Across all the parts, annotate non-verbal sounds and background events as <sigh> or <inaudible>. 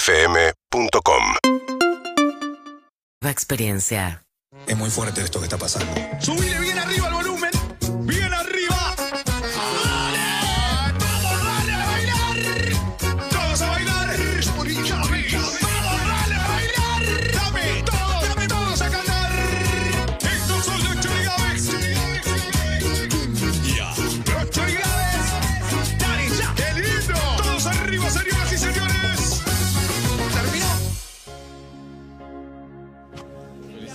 UrbanaPlayFM.com Nueva experiencia. Es muy fuerte esto que está pasando. Subile bien arriba el volumen. Bien arriba. ¡Dale! ¡Vamos, dale a bailar! ¡Todos a bailar! ¡Vamos, dale a bailar! ¡Dame todo! ¡Dame todos a cantar! ¡Estos son los chorigaves! ¡Ya! ¡Los chorigaves! ¡Dale ya! ¡Qué lindo! ¡Todos arriba, señoras y señores! ¿Terminó?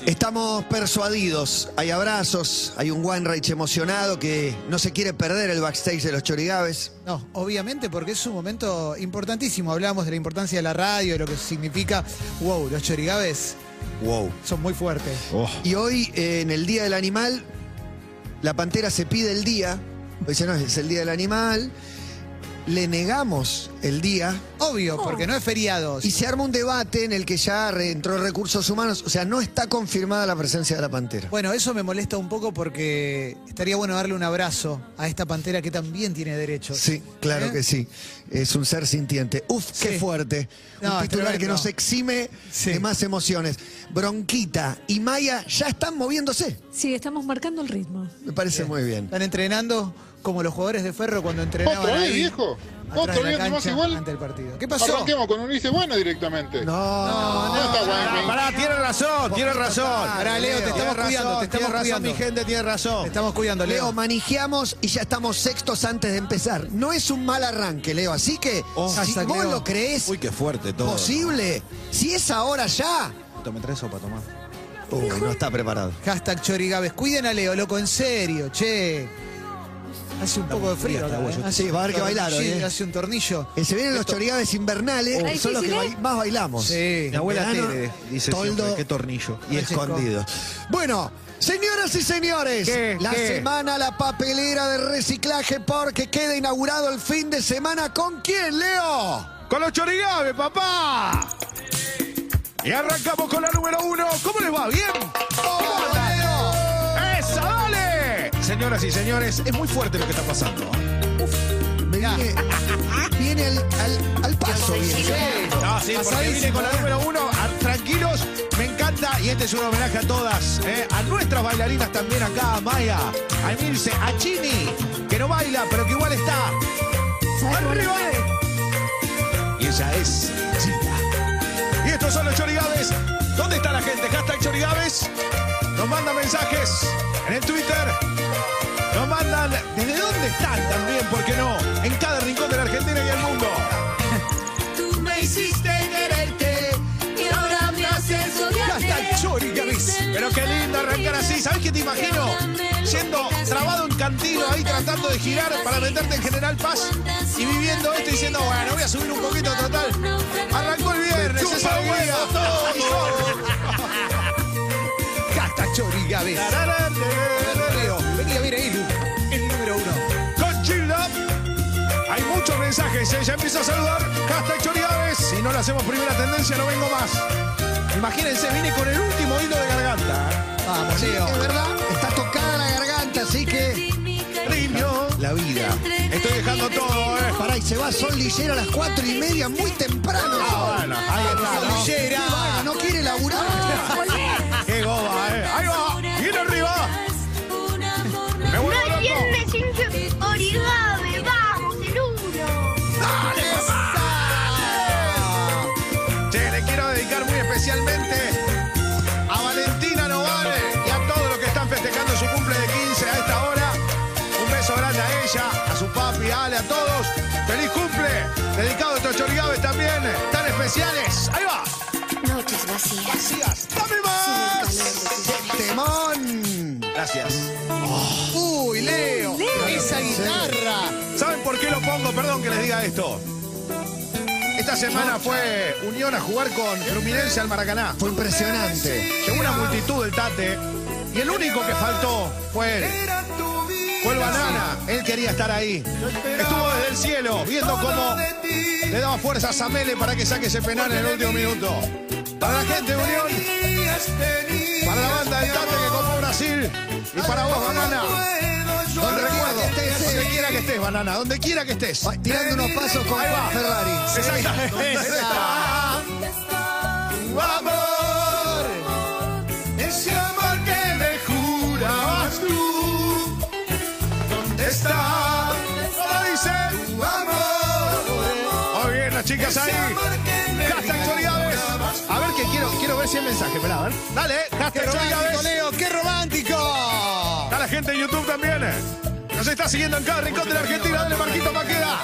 Estamos persuadidos, hay abrazos, hay un Weinreich emocionado que no se quiere perder el backstage de los Chorigaves. No, obviamente, porque es un momento importantísimo. Hablábamos de la importancia de la radio, de lo que significa. Wow, los chorigabes Wow. son muy fuertes. Y hoy, eh, en el Día del Animal, la pantera se pide el día, dice, no, es el Día del Animal, le negamos el día Obvio, porque no es feriado. Oh. y se arma un debate en el que ya re- entró recursos humanos, o sea, no está confirmada la presencia de la pantera. Bueno, eso me molesta un poco porque estaría bueno darle un abrazo a esta pantera que también tiene derechos. Sí, claro ¿Eh? que sí. Es un ser sintiente. Uf, qué Sí. fuerte. un No, es titular que tremendo. nos exime Sí. de más emociones. Bronquita y Maya ya están moviéndose. Sí, estamos marcando el ritmo. Me parece muy bien. Están entrenando como los jugadores de ferro cuando entrenaban. Otra vez, ahí, viejo. atrás Otra de la vez, nomás cancha, igual. Ante el partido. ¿Qué pasó? Arranquemos con un Ulises Bueno directamente. No, no, está Weinreich. Pará, tiene razón, tiene razón. Pará, Leo, te Tiene estamos cuidando, razón, te tiene estamos razón, cuidando. mi gente tiene Te razón. estamos cuidando, Leo. Leo, manijeamos y ya estamos sextos antes de empezar. No es un mal arranque, Leo. Así que, Oh. si Hashtag vos Leo. lo crees Uy, qué fuerte todo. posible, si es ahora ya. Puta, Me traes sopa, tomá. Uy, no está preparado. Hashtag Chorigabes. Cuiden a Leo, loco, en serio, che. Hace un poco de frío acá, ¿eh? Sí, va a haber que bailar hoy, Sí, ¿eh? hace un tornillo. Eh, Se vienen los chorigaves invernales, Está Oh. que son los que difícil, bai- ¿eh? más bailamos. Sí. Mi abuela verano, Tere dice toldo siempre, qué tornillo. y Francesco. escondido. Bueno, señoras y señores, ¿Qué? la ¿Qué? semana la papelera de reciclaje porque queda inaugurado el fin de semana con quién, Leo. ¡Con los chorigaves, papá! Y arrancamos con la número uno. ¿Cómo les va? ¿Bien? ¿Cómo andan? ¡Esa, dale! Señoras y señores, es muy fuerte lo que está pasando. ¿eh? Viene, viene al, al- al paso. viene. ¿eh? No, Ah, sí, porque vine con la número uno. A- tranquilos, me encanta. Y este es un homenaje a todas. ¿eh? A nuestras bailarinas también acá, a Maya, a Emilce, a Chini, que no baila, pero que igual está. ¡Arriba! Y ella es China. Y estos son los Chorigaves. ¿Dónde está la gente? Hashtag Chorigaves. Nos mandan mensajes en el Twitter. Nos mandan desde dónde están también, ¿por qué no? En cada rincón de la Argentina y el mundo. Tú me hiciste quererte y ahora me haces Hashtag Chorigaves. Pero qué lindo arrancar así. ¿Sabes qué te imagino? Siendo trabado en cantino ahí tratando de girar para meterte en General Paz y viviendo esto y diciendo, bueno, voy a subir un poquito total. Arrancó el viernes, esa alegría. Casta Chorigabes. Leo, venía mira Ilu. El número uno. Con Chill Up. Hay muchos mensajes, ¿eh? ya empieza a saludar. Hashtag Chorigaves. Si no lo hacemos primera tendencia, no vengo más. Imagínense, vine con el último hilo de garganta. Vamos, Leo. Es verdad, está tocada la garganta, así que Riño. la vida. Estoy dejando todo, ¿eh? Pará, y se va Sol Lillera a las cuatro y media, muy temprano. Ah, bueno, ahí está, ¿no? Lillera. Ah, no quiere laburar. ¡Qué boba, eh! ¡Ahí va! ¡Viene arriba! ¡Me vuelvo loco! sin origami, vamos, el uno. ¡Dale, papá! Che, le quiero dedicar muy especialmente a Valentina Novale y a todos los que están festejando su cumple de 15 a esta hora. Un beso grande a ella, a su papi, a Ale, a todos. ¡Feliz cumple! Dedicado a estos chorigaves también, tan especiales. ¡Ahí va! Noches vacías. ¡Sigas! ¡Dame más! Temón. Gracias. Uy, Leo. Esa guitarra. ¿Saben por qué lo pongo? Perdón que les diga esto. Esta semana fue Unión a jugar con Fluminense al Maracaná. Fue impresionante. Llegó una multitud del Tate y el único que faltó fue él. Fue el Banana. Él quería estar ahí. Estuvo desde el cielo viendo cómo le daba fuerzas a Mele para que saque ese penal en el último minuto. Para la gente de Unión, para la banda del Tate que compró Brasil y para vos, Banana. Donde quiera que estés, eh. Donde quiera que estés, banana. Donde quiera que estés. Va- tirando unos pasos con Ahí va. Ferrari. Exactamente. Sí. Ahí está. Tu amor, ese amor que me jurabas tú. ¿Dónde está? ¿Cómo dice? Tu amor. Muy bien, las chicas ahí. Hashtag actualidades. A ver que quiero, quiero ver si hay mensaje. Esperá, a ver. Dale, ¡Qué hashtag romántico, actualidades. Leo! ¡Qué romántico! Está la gente en YouTube también. eh. Nos está siguiendo en cada rincón de la Argentina. Dale, Marquito Maqueda.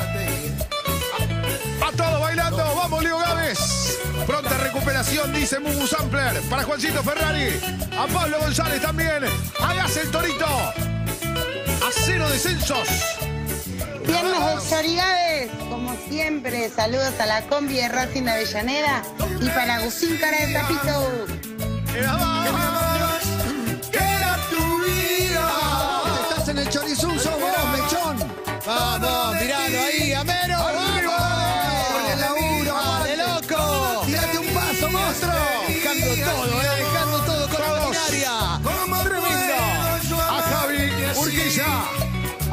A todos bailando. Vamos, Leo Gávez. Pronta recuperación, dice Mumu Sampler. Para Juancito Ferrari. A Pablo González también. Hágase el torito. A cero descensos. Viernes de Soridades, como siempre, saludos a la combi de Racing de Avellaneda y para Agustín Cara de Tapito. Era más que era tu vida. Estás en el chorizum, sos vos, mechón. Vamos, miralo ahí, Amero. Arriba. ¡Vamos! Con el laburo, ¡De loco! Tirate un paso, monstruo. Dejando todo, eh, dejando todo con la Todos. ordinaria. Tremendo. A Javi Urquiza.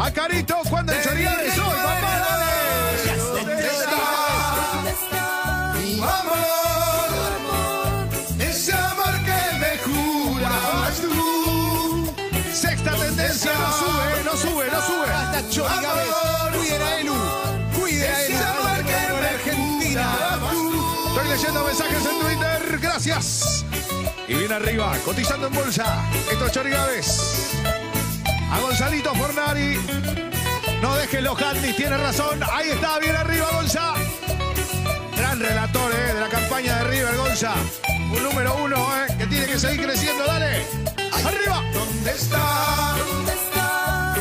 A Carito, cuando el Solidaridad es hoy, papá. dale. ¿Dónde está mi amor? Ese amor que me jurabas tú. Sexta tendencia, no sube, no sube, no sube. Hasta Chori Gávez. Cuiden a Elu. Cuiden a Elu. Ese amor que Por me Argentina. jurabas tú. Estoy leyendo mensajes en Twitter, gracias. Y bien arriba, cotizando en bolsa. Esto es Chori Gávez. A Gonzalito Fornari. No dejen los handys, tiene razón. Ahí está, bien arriba, Gonza. Gran relator eh, de la campaña de River, Gonza. Un número uno eh, que tiene que seguir creciendo, dale. Arriba. ¿Dónde está?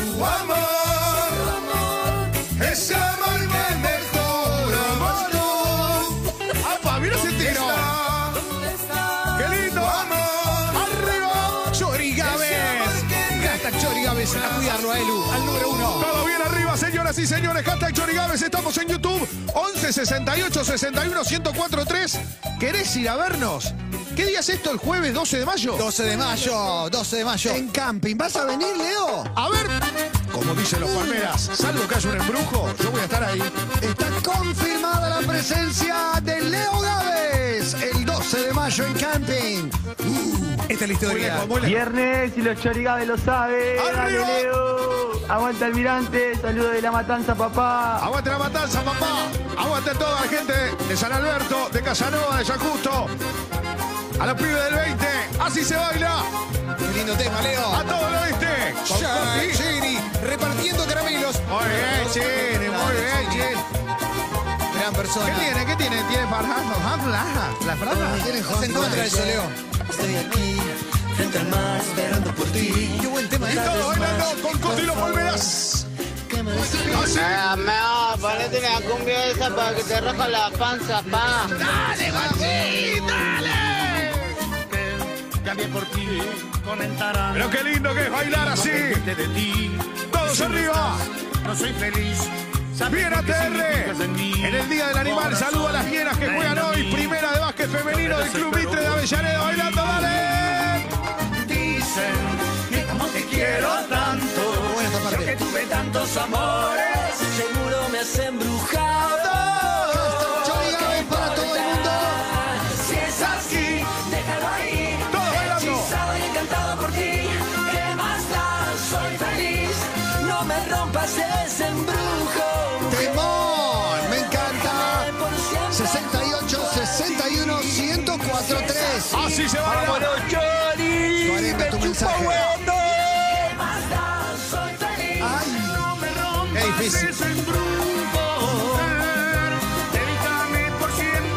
Tu amor. Ese amor que me jurabas tú. Ah, ¡Apa, mira ese tiro! ¡Qué lindo! ¡Arriba! Chori Gávez. Hasta Chori Gávez. A cuidarlo a Elu. Al número uno. Todo bien arriba, señoras y señores. Hashtag Chori Gávez. Estamos en YouTube. 11 68 61 104 3. ¿Querés ir a vernos? ¿Qué día es esto? ¿El jueves 12 de mayo? 12 de mayo. 12 de mayo. En camping. ¿Vas a venir, Leo? A ver. Como dicen los palmeras, salvo que haya un embrujo, yo voy a estar ahí. Este Está confirmada la presencia de Leo Gávez el 12 de mayo en camping. Esta es la historia. Muy lejos. Viernes y los Chorigabes lo saben. Ah, ¡Arriba! Aguanta almirante, saludos de la matanza, papá. Aguante la matanza, papá. Aguante toda la gente de San Alberto, de Casanova, de San Justo. A los pibes del 20. Así se baila. Qué lindo tema, Leo. A todo el oeste. Con Conti. Chiri repartiendo caramelos. eh. Muy bien, Chini, muy bien, Chini. Gran persona. ¿Qué tiene? ¿Qué tiene? ¿Tiene farra? ¿Farra? ¿La farra? Tienen Se encuentra eso, Leo. Estoy aquí, frente al mar, esperando por ti. Qué buen tema. Y ¿eh? todo bailando con Cotilo Palmeras. Así. Ameo, Ah, ponete una cumbia esa para que te roja la panza, pa. ¡Dale, Guachín! ¡Dale! Pero qué lindo que es bailar así. Todos arriba. No soy feliz. Bien ATR. En el Día del Animal, saludo a las hienas que juegan hoy. Primera de básquet femenino del Club Mitre de Avellaneda. Bailando, dale. Dicen que como te quiero tanto, Buena esta yo que parte. tuve tantos amores, seguro me has embrujado. Chori Gávez para todo el mundo. Si es así, déjalo ahí. Todos bailando. Hechizado y encantado por ti. ¿Qué más da? Soy feliz. No me rompas ese embrujo. Temón. Me encanta. Por siempre. 68, 61, 104, 3. Así se baila. Vámonos, Chori. Suárez, tu mensaje. Ay, Qué difícil.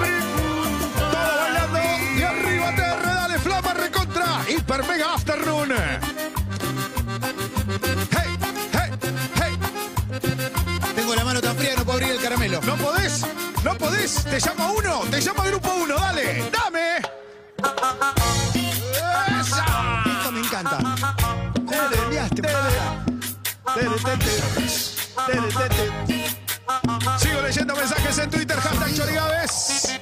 Todo bailando. Y arriba TR, dale flama recontra. Hiper mega afternoon. Hey, hey, hey. Tengo la mano tan fría que no puedo abrir el caramelo. No podés, no podés. Te llama uno, te llama grupo uno, dale. Dame. Esa. esto me encanta. Te lo enviaste, para. Sigo leyendo mensajes en Twitter, hashtag Chorigaves.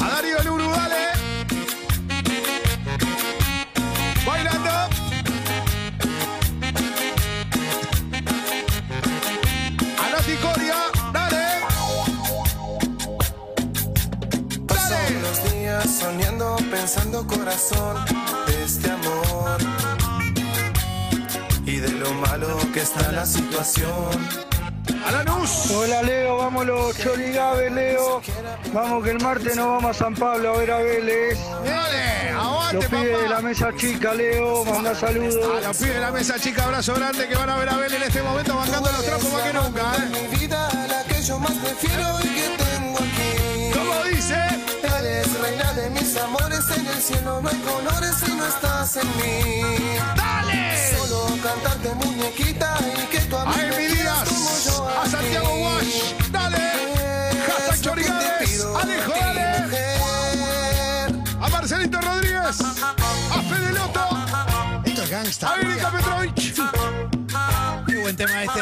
A Darío Luru, dale. Bailando. día soñando, pensando corazón de este amor y de lo malo que está la situación. Hola Leo, vamos los chorigabe Leo. Vamos que el martes nos vamos a San Pablo a ver a Vélez. Dale, aguante, Los pibes de la mesa chica Leo, manda saludos. A los pibes de la mesa chica, abrazo grande que van a ver a Abel en este momento bancando los trapos más que nunca. ¿eh? Mi vida, la que yo más prefiero y que tengo aquí. ¿Cómo dice? Eres reina de mis amores, en el cielo no hay colores y no estás en mí. ¡Dale! Solo cantarte muñequita y que tu amigo Ay, mi Díaz, a Santiago Wash, dale. Hashtag Chorigaves, Alejo, dale. A Marcelito Rodríguez, a Fede Loto, Esto es gangsta. a Erika Petrovich. Qué buen tema este.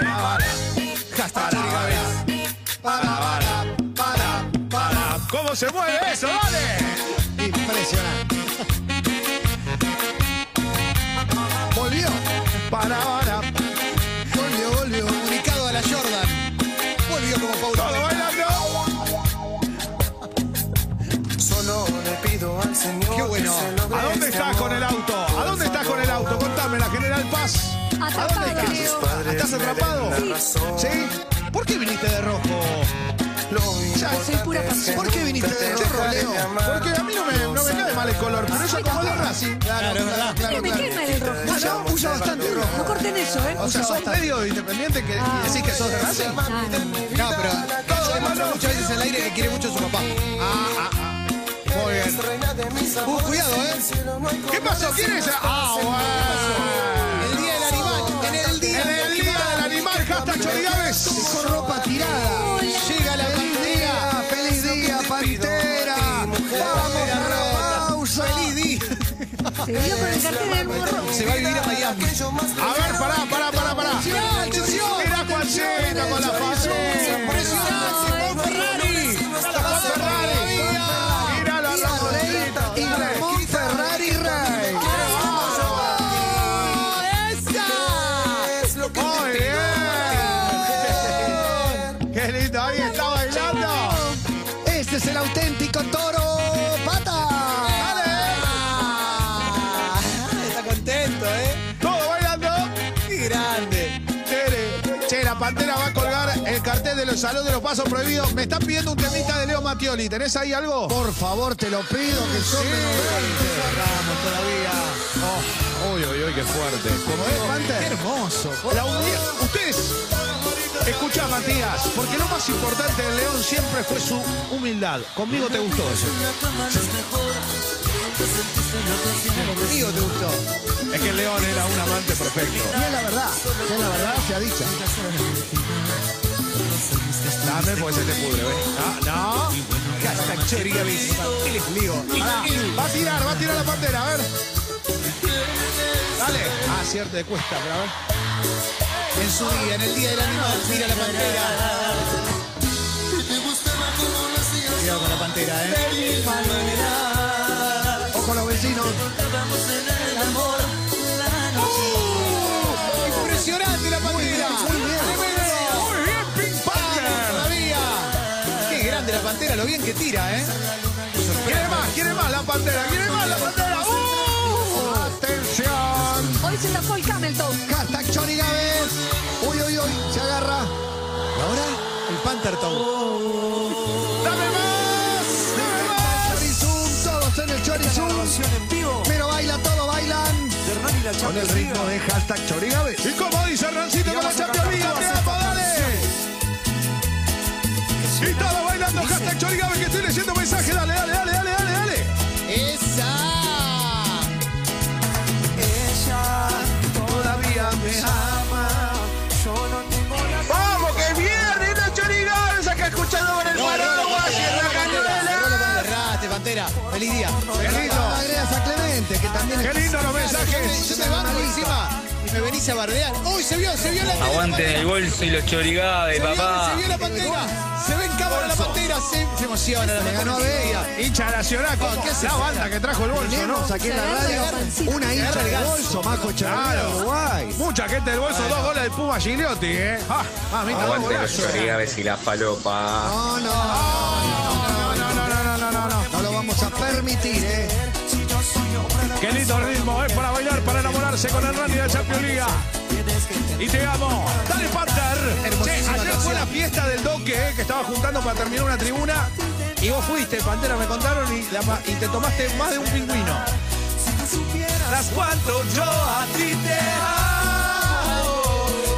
Hashtag Chorigabe. Para, para, para, para. ¿Cómo se mueve eso? Dale. Impresionante. Volvió, Para, para. volvió, volvió. Comunicado a la Jordan. Volvió como Paulo. Todo bailando. Solo le pido al Señor. Qué bueno. que se logre ¿A dónde este estás amor. con el auto? ¿A dónde estás con el auto? Contame, la General Paz. ¿A dónde Atrapada, estás? creo. Padres ¿Estás me den atrapado? la razón. ¿Sí? ¿Por qué viniste de rojo? Lo soy pura importante es que pasión. ¿Por qué viniste de nunca te rojo, dejaré Leo? de amar. Porque a mí no me, no me cae mal el color, pero ella como de Racing. Claro, claro, Che, claro. me claro. quema el rojo. Ah, no, usa bastante No rojo. corten eso, ¿eh? O sea, sos medio independiente que Ah. decís que sos de Racing. Ah, No, pero Cacho demuestra muchas veces al aire que quiere mucho a su papá. Ah, Muy bien. Uh, cuidado, eh. ¿Qué pasó? ¿Quién es? Ah, bueno. El día del animal. En el día En del el día del animal, hashtag Chorigaves. Con ropa tirada. Llega la Feliz día, feliz día, pantera. Vamos, pausa. Feliz día. Se vio con el cartel del morro. Se va a vivir a Miami. A ver, pará, pará, pará, pará. atención. Mira Juancita con la fase. Simón Ferrari. Juan Ferrari. eh. Mira la Ramoncita. Y Ramón Ferrari Rey. ¡Oh, Muy bien. Qué lindo. Ahí está bailando. Este es el auténtico toro pata. Ah, Está contento, eh. Todo bailando. Qué grande. Tere. Che, la pantera va a colgar el cartel de los salón de los pasos prohibidos. Me están pidiendo un temita de Leo Mattioli. ¿Tenés ahí algo? Por favor, te lo pido que yo me lo vea. Cerramos todavía. Uy, uy, uy, qué fuerte. ¿Cómo es, Qué Panther? hermoso. La audi- ustedes, escucha Matías, porque lo más importante del León siempre fue su humildad. Conmigo te gustó eso. Conmigo te gustó. Es que el León era un amante perfecto. Y es la verdad, y es la verdad, se ha dicho. Dame porque se te pudre, ¿ves? No, no. Hashtag Chorigavis. Él es Leo. Pará, Va a tirar, va a tirar la pantera, a ver. Dale. Ah, cierto, te cuesta, pero a ver. En su día, en el día del animal, mira la pantera. Cuidado con la pantera, eh. Ojo los vecinos. ¡Oh! Impresionante la pantera. Muy bien. Muy bien, Pink Panther. Todavía. Qué grande la pantera, lo bien que tira, eh. Quiere más, quiere más la pantera, quiere más la pantera. ¡Oh! ¡Uh! Atención. Hoy se tapó el camel toe. Hashtag Chori Gávez. Uy, uy, uy, se agarra. ¿Y ahora? El Pantherton. ¡Dame más! ¡Dame más! Chorizum, todos en el Chorizum. Pero baila, todo bailan. Con el ritmo de hashtag Chori Gávez. ¿Y cómo dice Rancito con la Champions League? ¡Te amo, dale! Y todos bailando hashtag Chorigabe que estoy leyendo mensaje. Dale, dale, dale, dale, dale, dale. ¡Esa! Ella todavía me ama. Yo no tengo la ¡Vamos, que viernes la Chorigabe! Se acá escuchando con el Paraguay en la canela. Erraste, pantera. Feliz día. ¡Qué lindo! Agregas a Clemente, que también ¡Qué lindo los Yo mensajes! me banco encima y me venís a bardear. ¡Uy, se vio, se vio la Aguanten el bolso y los chorigaves, Se vio, papá. se vio la pantera. Se ve en cámara la pantera. Se, se emociona la ganó pantera. a Vega. Hincha nacional, como ¿Qué hace la esa? banda que trajo el bolso, ¿no? tenemos aquí en la Se agarra radio la pancita. una hincha de bolso, Majo Charrera de Claro. Uruguay. Mucha gente del bolso, dos goles del Puma Gigliotti, ¿eh? ¡Ah! ¡Mamita, dos Aguanten los golazos! chorigaves y la falopa. No, no, No, no, no, no, no, no, no. no lo vamos vamos a permitir, ¿eh? Qué lindo ritmo, es para bailar, para enamorarse con el Rani de Champions Liga. Y te amo. Dale, Panther. Che, ayer fue la fiesta del Doque, eh, que estaba juntando para terminar una tribuna. Y vos fuiste, Pantera, me contaron, y, la ma- y te tomaste más de un pingüino. Las cuanto yo a ti te amo.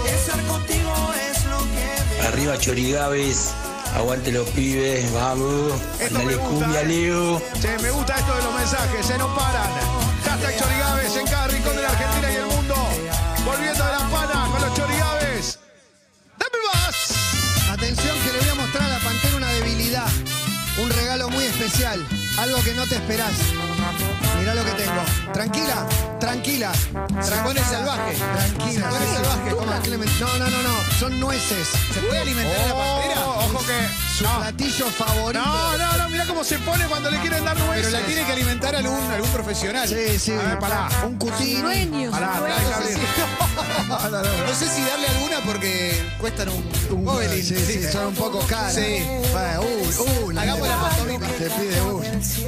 Estar contigo es lo que Arriba Chorigaves, aguante los pibes, vamos. Dale cumbia, Leo. ¿eh? Che, me gusta esto de los mensajes, se no paran. Hashtag Chorigaves en cada rincón de la Argentina y el mundo. Volviendo de la pana con los Chorigaves. ¡Dame más! Atención que le voy a mostrar a la pantera una debilidad. Un regalo muy especial. Algo que no te esperás. Mirá lo que tengo. Tranquila, tranquila. Se pone Tranquila. salvaje. sí. Se pone salvaje, Toma, Juan. Clemen- No, no, no, no. Son nueces. ¿Se puede alimentar a la pantera? Oh, Ojo que. Su platillo favorito. No, no, no, mirá cómo se pone cuando le quieren dar nueces. Pero la tiene que alimentar algún, algún profesional. Sí, sí. A ver, pará. Un cutín. Sueños. Pará, Ah, pará, sueños. déjame <laughs> abrir. No sé si darle alguna porque cuestan un, un Un- gobelín. sí, sí, son un poco caras. Sí. Bueno, uh, uh, Hagamos la pantomima. Se pide uno.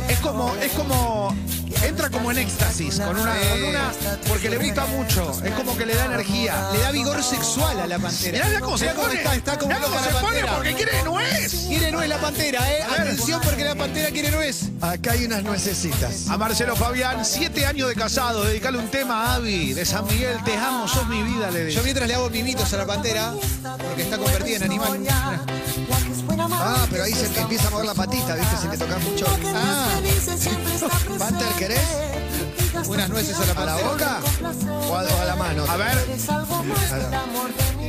Es como, es como. Entra como en éxtasis con una, con una- Porque le gusta mucho. Es como que le da energía. Le da vigor sexual a la pantera. Mirá, mirá cómo se pone. está, está como Mirá loca cómo la se pone pantera. porque quiere nuez. Quiere nuez la pantera, eh. Atención porque la pantera quiere nuez. Acá hay unas nuecesitas. A Marcelo Fabián, siete años de casado, dedicale un tema a Avi de San Miguel, te amo, sos mi vida, le Yo digo. mientras le hago mimitos a la pantera, porque está convertida en animal. Ah, pero ahí se te empieza a mover la patita, ¿viste? Si te tocas mucho. Ah, Panther, ¿querés? unas nueces a la ¿A la pantera. boca? O a, o a la mano. A ver.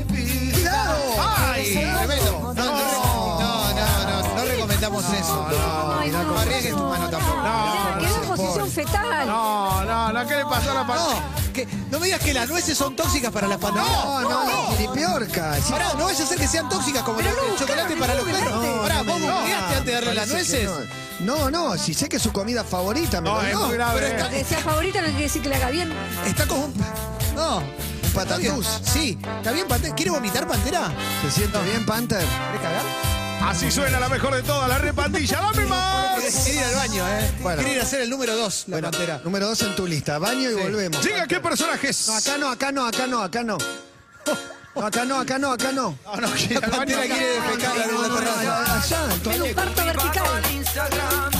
¡Cuidado! ¡Ay! Tremendo. No, no, no, no, no, no recomendamos eso. Ay, No, no, arriesgues tu mano tampoco. Mirá, quedó en posición fetal. No, no, no, ¿qué le pasó a la No, pantalla? que, no me digas que las nueces son tóxicas para las panteras. No, no, no, giripiorca. Sí, Pará, no vayas a hacer que sean tóxicas como Pero los- no el chocolate buscaron, para no los perros. buscaron. Pará, vos me digas. googleaste antes de darle las Parece que nueces. No. no, no, si sé que es su comida favorita, me No, lo es dio. muy grave. Pero está- Que sea favorita no quiere decir que le haga bien. Está como un. No. Un patatús. Sí. ¿Está bien, Pantera? ¿Quiere vomitar, Pantera? ¿Te sientes bien, Panther? ¿Quiere cagar? Así suena la mejor de todas, la repandilla, dame <laughs> más. Quiere ir al baño, ¿eh? Bueno. Quiere ir a hacer el número 2, la Pantera. Número dos en tu lista. Baño y volvemos. Diga qué personajes. No, acá no, acá no, acá no, acá <laughs> no. No, acá no, acá no, acá no. <laughs> No, no, quiere ir La al baño. Pantera quiere defecar la luz de terraza. Allá, en tu En un parto vertical. Instagram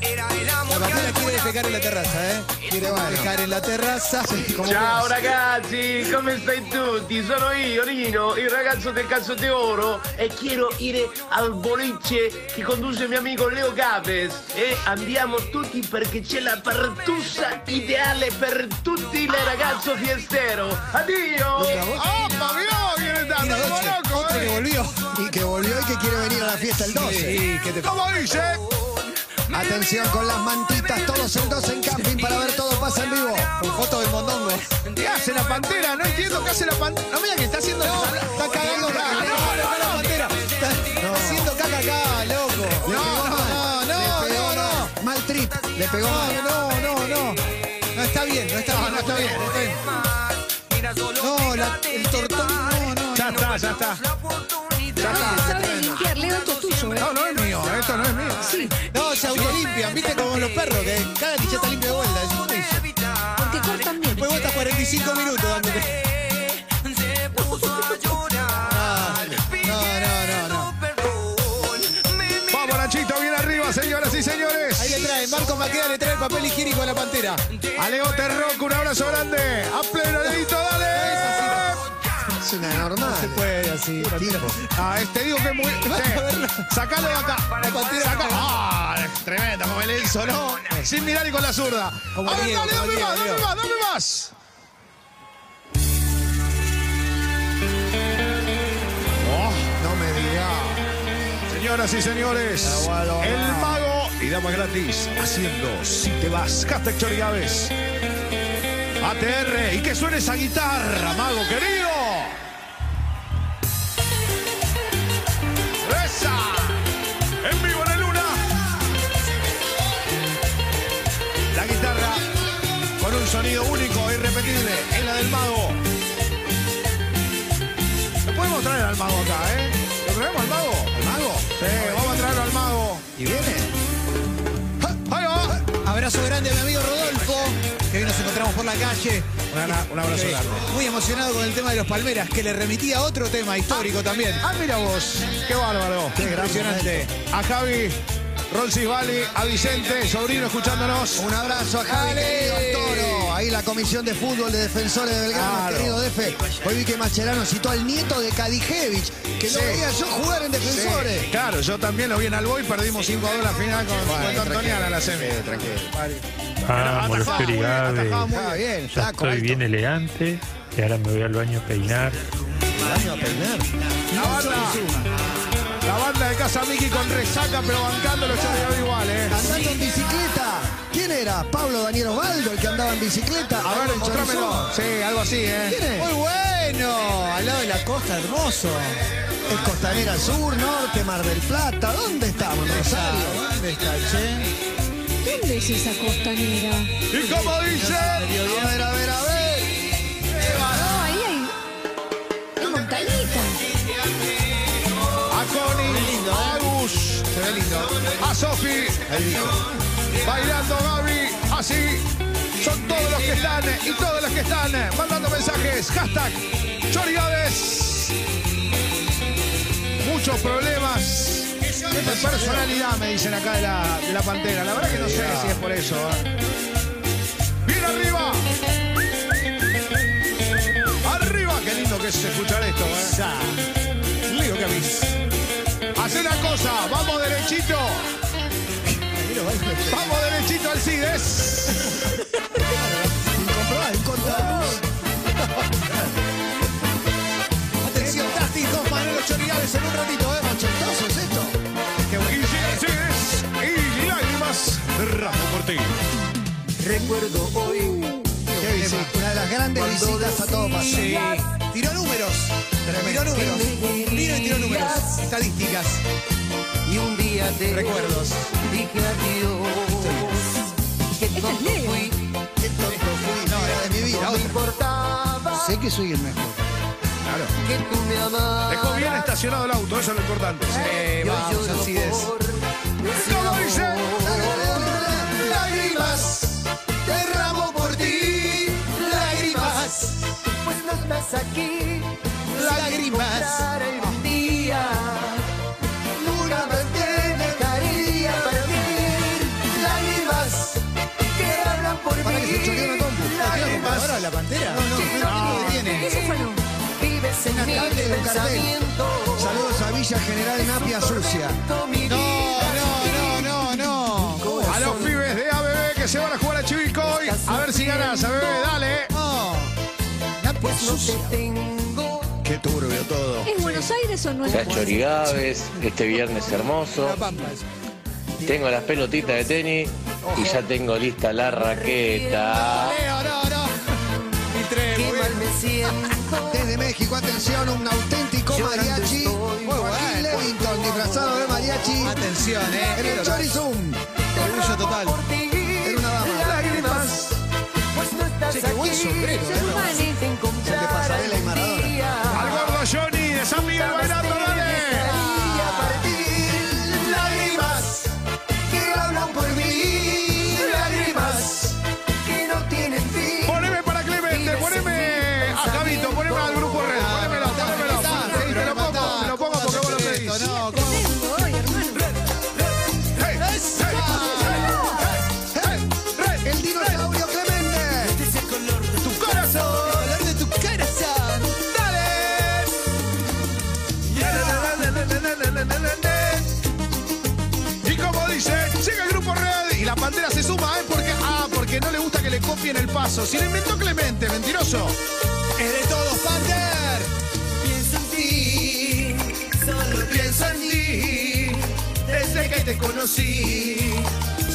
era el La amor Pantera quiere defecar en la terraza, ¿eh? Quiere defecar en la terraza. Como Ciao puedas. ragazzi, come stai tutti? Sono io, Nino, il ragazzo del cazzo di oro e quiero ir al boliche che conduce mio amico Leo Capes e andiamo tutti perché c'è la partussa ideale per tutti il ragazzo fiestero. Addio! ¡Opa, mirá, viene Mira, tanto, Doche, como loco, otro que eh. volvió. Y que volvió y que quiere venir a la fiesta el 12. Sí, ¿qué te Como dice, Atención con las mantitas, todos en dos en camping para ver todo pasa en vivo. Con foto del mondongo. ¿qué hace la pantera? No entiendo qué hace la pantera. No me diga que está haciendo. Está cagando acá. No, No, no, la Pantera. Está está haciendo caca acá, loco. no, no, no, Le pegó no, no. mal. Mal trip, le pegó mal. No, no, no, no. No está bien, no está bien, no está bien. no está bien. No, la- el tortón, no, no. Ya está, ya está. No, sabe limpiar, Leo, esto es tuyo. ¿eh? No, no es mío, esto no es mío. Sí, No, se autolimpian, viste como los perros, que cada que ya está limpio de vuelta, es un piso. porque cortan bien. Después vos estás 45 minutos dándole. No, no, no, no. Vamos, Nachito, bien arriba, señoras y señores. Ahí le trae, Marco Maqueda le trae el papel higiénico a la pantera. A Leo Terroco, un abrazo grande. A pleno dedito, dale. Es una normal. Puede así, pantera. Ah, este digo que es muy. Che, sacalo de acá. Saca- Ah, es tremendo, como el Enzo, ¿no? Sin mirar y con la zurda. A Como ver, Diego, dale, como dame Diego, más, dame Diego. más, dame más. Oh, No me digas. Señoras y señores, el mago y dama gratis haciendo si te vas. Hashtag Chori Gávez. ATR. Y que suene esa guitarra, mago querido. ¡Esa! En vivo en el Luna. La guitarra con un sonido único e irrepetible. Es la del mago. ¿Me podemos traer al mago acá, eh? ¿Lo traemos al mago? ¿Al mago? Sí, vamos a traerlo al mago. ¿Y viene? ¡Ahí Abrazo grande a mi amigo Rodolfo, que hoy nos encontramos por la calle. Un- un abrazo Que- grande. Muy emocionado con el tema de los Palmeras, que le remitía a otro tema histórico también. Ah, mira vos, qué bárbaro. Qué gran Impresionante. A Javi, Rolsis Valley, a Vicente, sobrino escuchándonos. Un abrazo a Javi, querido al toro. Ahí la comisión de fútbol de defensores de Belgrano, Claro. querido Defe. Hoy vi que Mascherano citó al nieto de Kadijevich, que lo Sí. veía yo jugar en defensores. Sí, Claro, yo también lo vi en Alboy, perdimos 5 a 2 la final con Antonio Antoniana en la semi. Vamos, los atajaba muy bien, Chorigabe. atajaba muy Ya bien, Ah, flaco, Estoy alto. bien elegante y ahora me voy al baño a peinar. La banda, la banda de Casa Miki con resaca, pero bancando los Chorigabes igual, ¿eh? Andando en bicicleta. ¿Quién era? Pablo Daniel Osvaldo, el que andaba en bicicleta. A ver, Ahora en mostrámelo. Chorizó. Sí, algo así, ¿Quién ¿eh? es? Muy bueno, al lado de la costa, hermoso. Es Costanera Sur, Norte, Mar del Plata. ¿Dónde estamos, Rosario? ¿Dónde está, che? ¿Dónde es esa costanera? ¿Y cómo dice? A ver, a ver, a ver. No, ahí hay. Es montañita. A Connie, a Agus, a Sofi, bailando Gaby, así. Son todos los que están y todos los que están eh, mandando mensajes. Hashtag Chorigabes. Muchos problemas de personalidad, me dicen acá de la, de la pantera. La verdad que no sé si es por eso. ¿eh? ¡Bien arriba! ¡Arriba! ¡Qué lindo que es escuchar esto! ¿eh? Leo Camis. Hacé una cosa, vamos derechito. Vamos derechito al CIDES. Incontrolable, incontrolable. Atención, Tati, dos Manolo Chorigabes en un ratito, ¿eh? Ochentoso es esto. Y llega el CIDES y lágrimas de Rafa Cortés. Recuerdo hoy. Qué visita, Una de las grandes visitas a todo pasa. Sí. Tiró números. Tiró números. Vino y tiró números. Estadísticas. Y un día te Recuerdos. dije adiós. Que tonto fui, Qué tonto fui. No, era de mi vida. no me importaba Sé que soy el mejor. Claro. que tú me Dejó bien amabas. estacionado el auto, eso es lo importante. Y hoy lloro por ese ¿Cómo dice? amor. Lágrimas, derramo por ti. Lágrimas, pues no estás aquí. Lágrimas. Para el día, nunca más te dejaría partir. Lágrimas, que hablan por Para que se choquee una mí. compu. Lágrimas, ¿Ahora la pantera? No, no, no, no. Eso fue no. vives en mi Cable de un cartel. pensamiento. Saludos a Villa General Napia Sucia. Mi No, no, no, no, no. A los pibes de ABB que se van a jugar a Chivico hoy. A ver si ganas, ABB, dale. No. Napia sucia. Pues tengo. Qué turbio todo. ¿Es Buenos Aires o no es? Las Chorigaves, este viernes hermoso. La pampa es. Tengo las pelotitas de tenis y ya tengo lista la raqueta. Leo, no, no. Filtré, muy bien. Desde México, atención, un auténtico mariachi. Joaquín Levington, disfrazado de mariachi. Atención, eh. En el Chorizum. Orgullo total. Era una dama. Lágrimas, pues no estás Che, qué buen aquí. sombrero, eh. El de Pasarela y Maradona. Al gordo Johnny de San Miguel bailando, dale. Quería partir. Lágrimas, que hablan por mí. Lágrimas, que no tienen fin. Poneme para Clemente, poneme a Javito, poneme al grupo Red, ponémelo, ponémelo. Sí, te lo pongo, te lo pongo porque vos lo pedís. No, Lo tengo hoy, hermano. Hey, hey, hey, hey, hey, hey. El dinosaurio Clemente. Este es el color de Tu corazón. color de tu corazón. Y como dice, llega el grupo Red y la pantera se suma, ¿eh? Porque, ah, porque no le gusta que le copien el paso. Si lo inventó Clemente, mentiroso. Es de todos, Panther. Pienso en ti, solo pienso en ti. Desde que te conocí,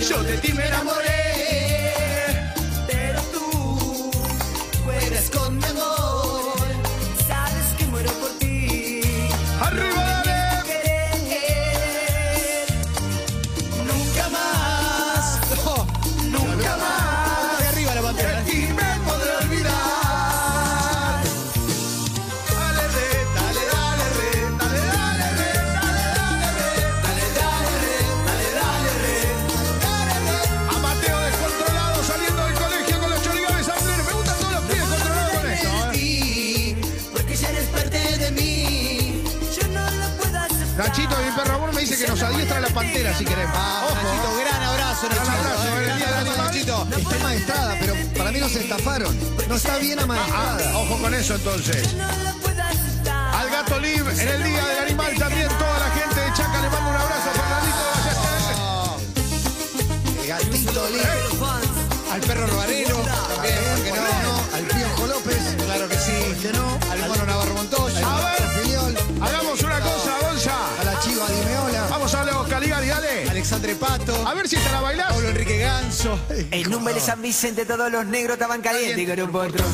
yo de ti me enamoré. Pero tú juegas con mi amor, sabes que muero por ti. ¡Arriba, dale! Querer. Nunca más, nunca más. De arriba la De pantera. ti me podré olvidar. Dale re, dale, dale re, dale, dale re, dale, dale re, dale, dale re, dale, dale re. A Mateo mañana si querés. Vamos, Nachito, gran abrazo, Nachito. Ah, Gran abrazo, gran gran abrazo, abrazo, Nachito. Está maestrada, pero para mí nos estafaron. No está bien Ah, amaestrada. ah, ojo con eso entonces. Al gato Liv en el Día del Animal también toda la gente de Chaca le manda un abrazo Fernandito El gatito libre. Al perro Robareno, también, ¿por qué no? Al Piojo López. Claro que sí. ¿Por qué no? Al mono Navarro Montoya. A ver. Filiol. Hagamos una cosa, Gonza. A la Chiva Dimeola. Vamos a los Caligari, dale. Alexandre Pato. A ver si te la bailás. Pablo Enrique Ganso. El número de San Vicente, todos los negros estaban calientes con un potrón.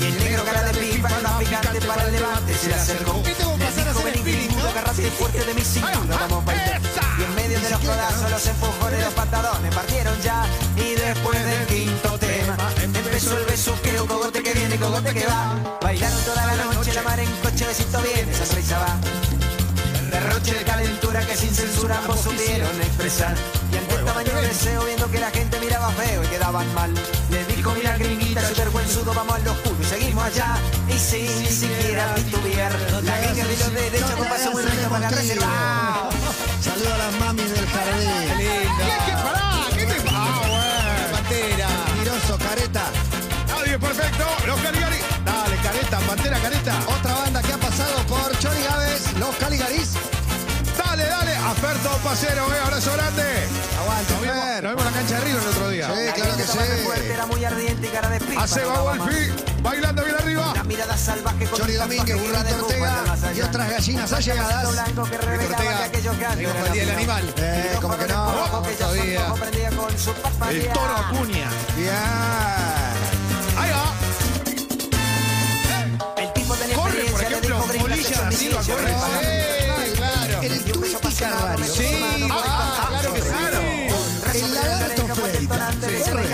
Y el negro cara de pipa, más picante para el levante, se le acercó. ¿Qué tengo que pasar a hacer spinning, no? agarraste fuerte de mi cintura, vamos pa' allá. Y en medio de los codazos, los empujones, los pantalones partieron ya. Y después del quinto tema, empezó el besuqueo, cogote que viene, cogote que va. Bailaron toda la noche, la mar en coche, besito bien, esa sonrisa va. Derroche de calentura que sin censura ambos supieron expresar. Y ante esta mañana deseo viendo que la gente miraba feo y quedaban mal. Le dijo, mira gringuita, soy vergüenzudo, vamos al oscuro y seguimos allá. Y sin ni siquiera titubear, la gringa de los derechos no pasó muy bien para reservar. Saludo a las mamis del jardín. Ah, ¿Qué pará? ¿Qué te Ah, bueno. Pantera. Ah. Miroso, careta. Nadie perfecto. Los Caligari. Dale, careta, pantera, careta. Otra banda que ha pasado por Chori Gávez, Los Caligaris. Dale, dale. Aferto Pasero, eh. Abrazo grande. Aguante, Nos vimos, nos Fer. vimos en la cancha de Río el otro día. Sí, La claro que gente tomando fuerte, sí. era muy ardiente y cara de pipa, A Seba no daba más. Wolfi, bailando bien arriba. La mirada salvaje con Chori un tatuaje Domínguez, que iba de Burrito rumbo a Ortega la más y allá. otras gallinas allegadas. Blanco que revelaba Ortega, que aquello que antes digo, era por el Día del final. Animal. Eh, como que no. todavía. El toro Acuña. Bien. Ahí va. El tipo tenía Corre, por experiencia, ejemplo, le dijo gringa, Polilla son da mis Silva, hijos, corre. hermano. Eh, claro. El Twisty Carvalho. Sí. Ah, claro que sí. El lagarto Freitas. Corre.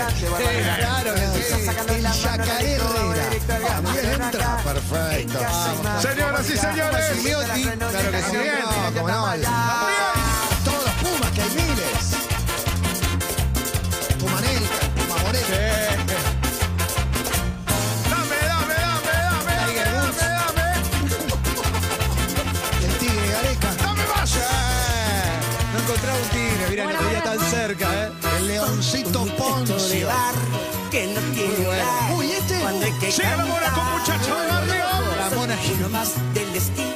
Claro que sí. El Yacaré Herrera. También entra. Perfecto. Señoras y señores. Silviotti. Claro que sí. Bien. Como no. el- Todos los Pumas, que hay miles. Pumanelka, Pumamoreto. Dame, dame, dame, dame, dame, dame, dame. El Tigre Gareca. Dame más. No encontraba un tigre, mirá, no tenía tan cerca, ¿eh? El Leoncito Poncio. Que no tiene hogar. Uy, este. Cuando hay que Llega la mona con muchacho de barrio. La mona y no más del destino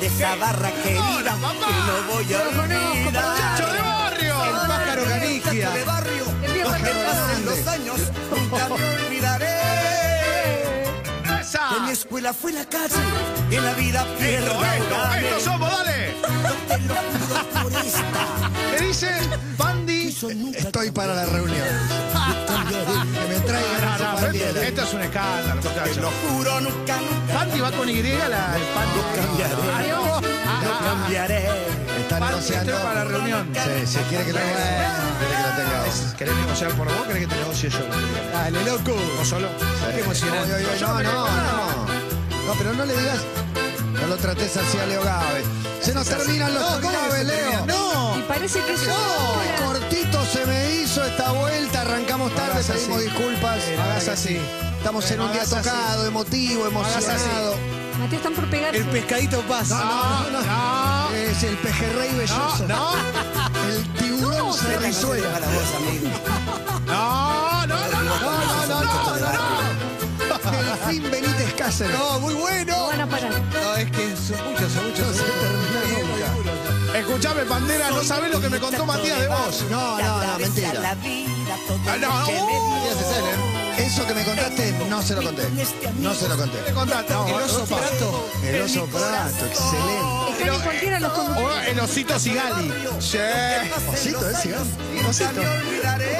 de esa barra que Hola, viva, papá. que no voy a Lo conozco, olvidar. muchacho de barrio. El pájaro Galicia. Galicia. de barrio. Empieza Lo que con pasen grande. los años, nunca me olvidaré. Esa. De mi escuela fue la calle, y en la vida pierdo Esto, esto, gané. esto somos, dale. No te lo pido turista. ¿Qué dice Bandi? Yo nunca Eh, Estoy para la reunión. Que me traigan No, a su no, pero esto, bandera. esto es un escándalo, Te lo muchachos. juro, nunca, nunca Bandi va con Y la el Bandi. Ah, cambiaré. no. No Ah, ah, ah. cambiaré. Está Bandi, negociando. estoy para la reunión. Sí, sí, quiere que lo tenga. Bueno. Quiere que lo tenga. vos. Ah, ¿Querés negociar por vos? ¿Querés que te negocie yo? Dale, loco. ¿O solo? Qué Oye, emocionante. oye, oye, No, no, no. No, pero no le digas. No lo trates así a Leo Gávez. Se nos terminan los No, Chori ¿cómo Gávez, se Leo. termina? No. Y parece que yo. No, cortito se me hizo esta vuelta. Arrancamos No tarde, hagas así. pedimos disculpas. Eh, no hagas así. Estamos Eh, en no un día hagas así. tocado, emotivo, hagas así. emocionado. Mateo, están por pegarse. El pescadito pasa. No, no, no. Es el pejerrey belloso. No, El tiburón se Para risuela. vos, amigo. no, no, no, no. No, no, no, no, no. El fin Benítez Cáceres. No, muy No bueno. van a parar. No, es que son muchos, son muchos. No se son muchos. termina nunca. Escuchame, Pandera, no sabés lo que me contó Matías de vos. No, no, no, mentira. Ah, no, uh, Matías es él, ¿eh? Eso que me contaste, no se lo conté. No se lo conté. ¿Qué contaste? No, El El oso oso prato. El oso prato, excelente. Están en cualquiera los conductores. O el osito Sigali. Sí. Osito, ¿eh? Sigamos. Osito.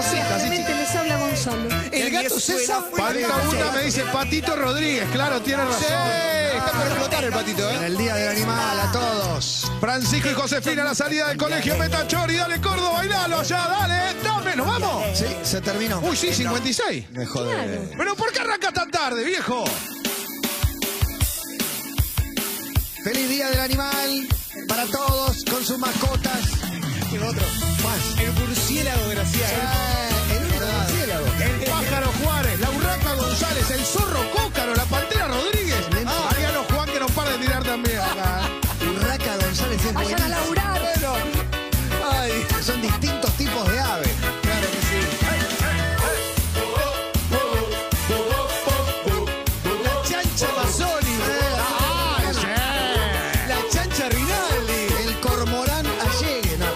Claramente les habla Gonzalo. El gato César. Patito Guna me dice Patito Rodríguez, claro, tiene razón. Está por explotar el patito, En ¿eh? el Día del Animal, a todos. Francisco y Josefina a la salida del eh. colegio Metachori, dale Cordo, bailalo allá, dale, dame, nos vamos. Sí, se terminó. Uy, sí, 56. Me jode. Pero ¿por qué arranca tan tarde, viejo? Feliz Día del Animal para todos con sus mascotas. Y otro. Más. El murciélago, gracias. Eh, el murciélago. El pájaro Juárez, la urraca González, el zorro Cócaro, la pantera Rodríguez. Ah, Mariano Juan que nos para de tirar también. Urraca González es Vayan a buenísimo. laburar. Ay, distintos tipos de aves. Claro que sí. La chancha Mazzoni. ¿eh? Ay, sí. La chancha Rinaldi. El cormorán allegue. No,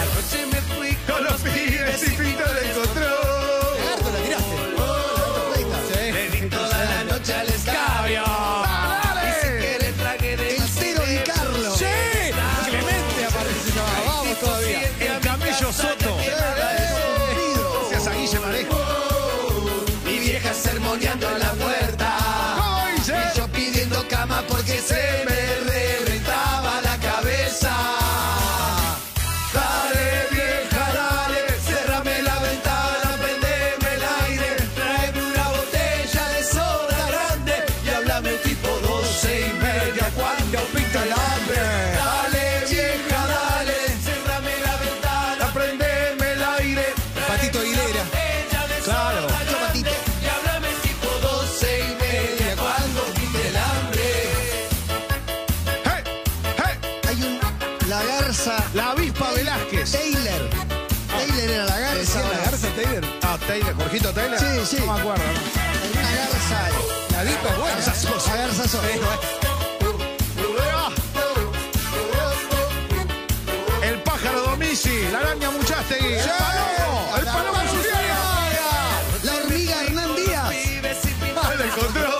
Anoche me fui Con los pibes y pito del control. Lagarto, la tiraste. Le di toda la noche al escabio. dale. Y si quieres traje de El cero de Carlos. Sí, Clemente aparece. No, vamos todavía. El camello Soto. Eh, Gracias a Guille Marejo. Mi vieja sermoneando en la puerta. ¿Cómo dice? Y yo pidiendo cama porque se me reventaba la cabeza. Dale, vieja, dale, cerrame la ventana, prendeme el aire, tráeme una botella de soda grande y háblame tipo doce y media cuando pinta el hambre. Dale, vieja, dale, cerrame la ventana, prendeme el aire, Patito Aguilera. Claro. Patito. Y háblame tipo doce y media cuando pinte el hambre. ¡Hey! ¡Hey! Hay un, la garza. La avispa Velázquez. Taylor. Taylor era la garza. ¿La garza Taylor? Ah, Taylor, Jorgito Taylor. Sí, sí. No me acuerdo. Una garza. La dipa es buena. ¿eh? La garza sola. El pájaro Domici, la araña Muchastegui. ¡El palomo! ¡El palomo Zuliaga! La hormiga Hernán Díaz. ¡Al encontró!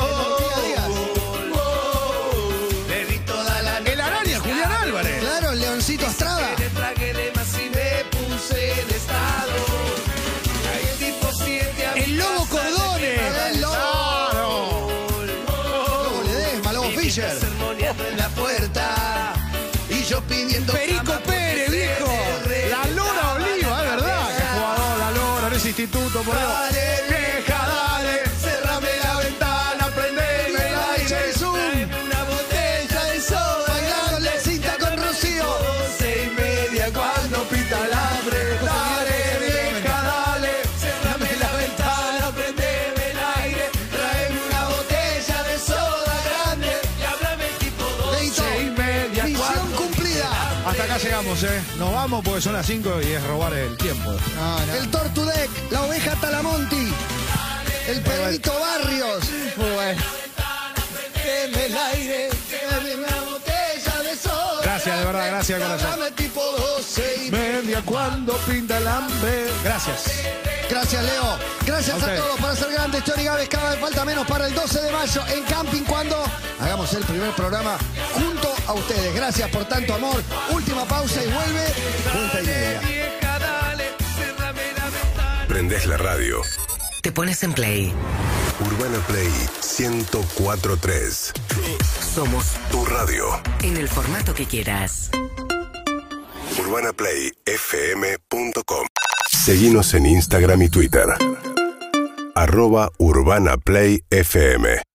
Le di toda la El araña Julián Álvarez. Claro, el leoncito Estrada. Le tragué de más y me puse en estado. Ahí el tipo siete a mi El lobo casa, cordones. le queda el El lobo. sol. Lobo Ledesma, Lobo Mi vieja Fischer. sermoneando en la puerta. Y yo pidiendo Perico cama porque Pérez, se viejo. me La Lora reventaba Oliva, es la verdad. cabeza. Qué jugador, la Lora, en ese instituto, por ahí. Dale, vieja, dale, cerrame la ventana, prendeme el aire. Jesús. Tráeme una botella de soda Bailando la cinta con Rocío. Doce y media cuando pita el hambre. Dale, vieja, dale, cerrame la ventana, prendeme el aire. Traeme una botella de soda grande y háblame tipo Leito. doce y media Misión cuando cumplida. Hasta acá llegamos, ¿eh? Nos vamos porque son las 5 y es robar el tiempo. No, no. El Tortudec, la oveja Talamonti. El perrito Barrios. Muy bueno. prendeme el aire. Traeme una botella de soda Gracias, de verdad, grande, gracias, y corazón. Háblame tipo doce y Media cuando pinta el hambre. Gracias. Gracias, Leo. Gracias A a, usted. todos por ser grandes. Chori Gávez, cada vez falta menos para el 12 de mayo en Camping cuando hagamos el primer programa junto a ustedes. Gracias por tanto amor. Última pausa y vuelve. Punta y media. vieja, dale, cerrame la ventana. Prendés la radio. Te pones en play. Urbana Play 1043. Somos tu radio. En el formato que quieras. UrbanaPlayFM.com. Seguimos en Instagram y Twitter. Arroba UrbanaPlayFM.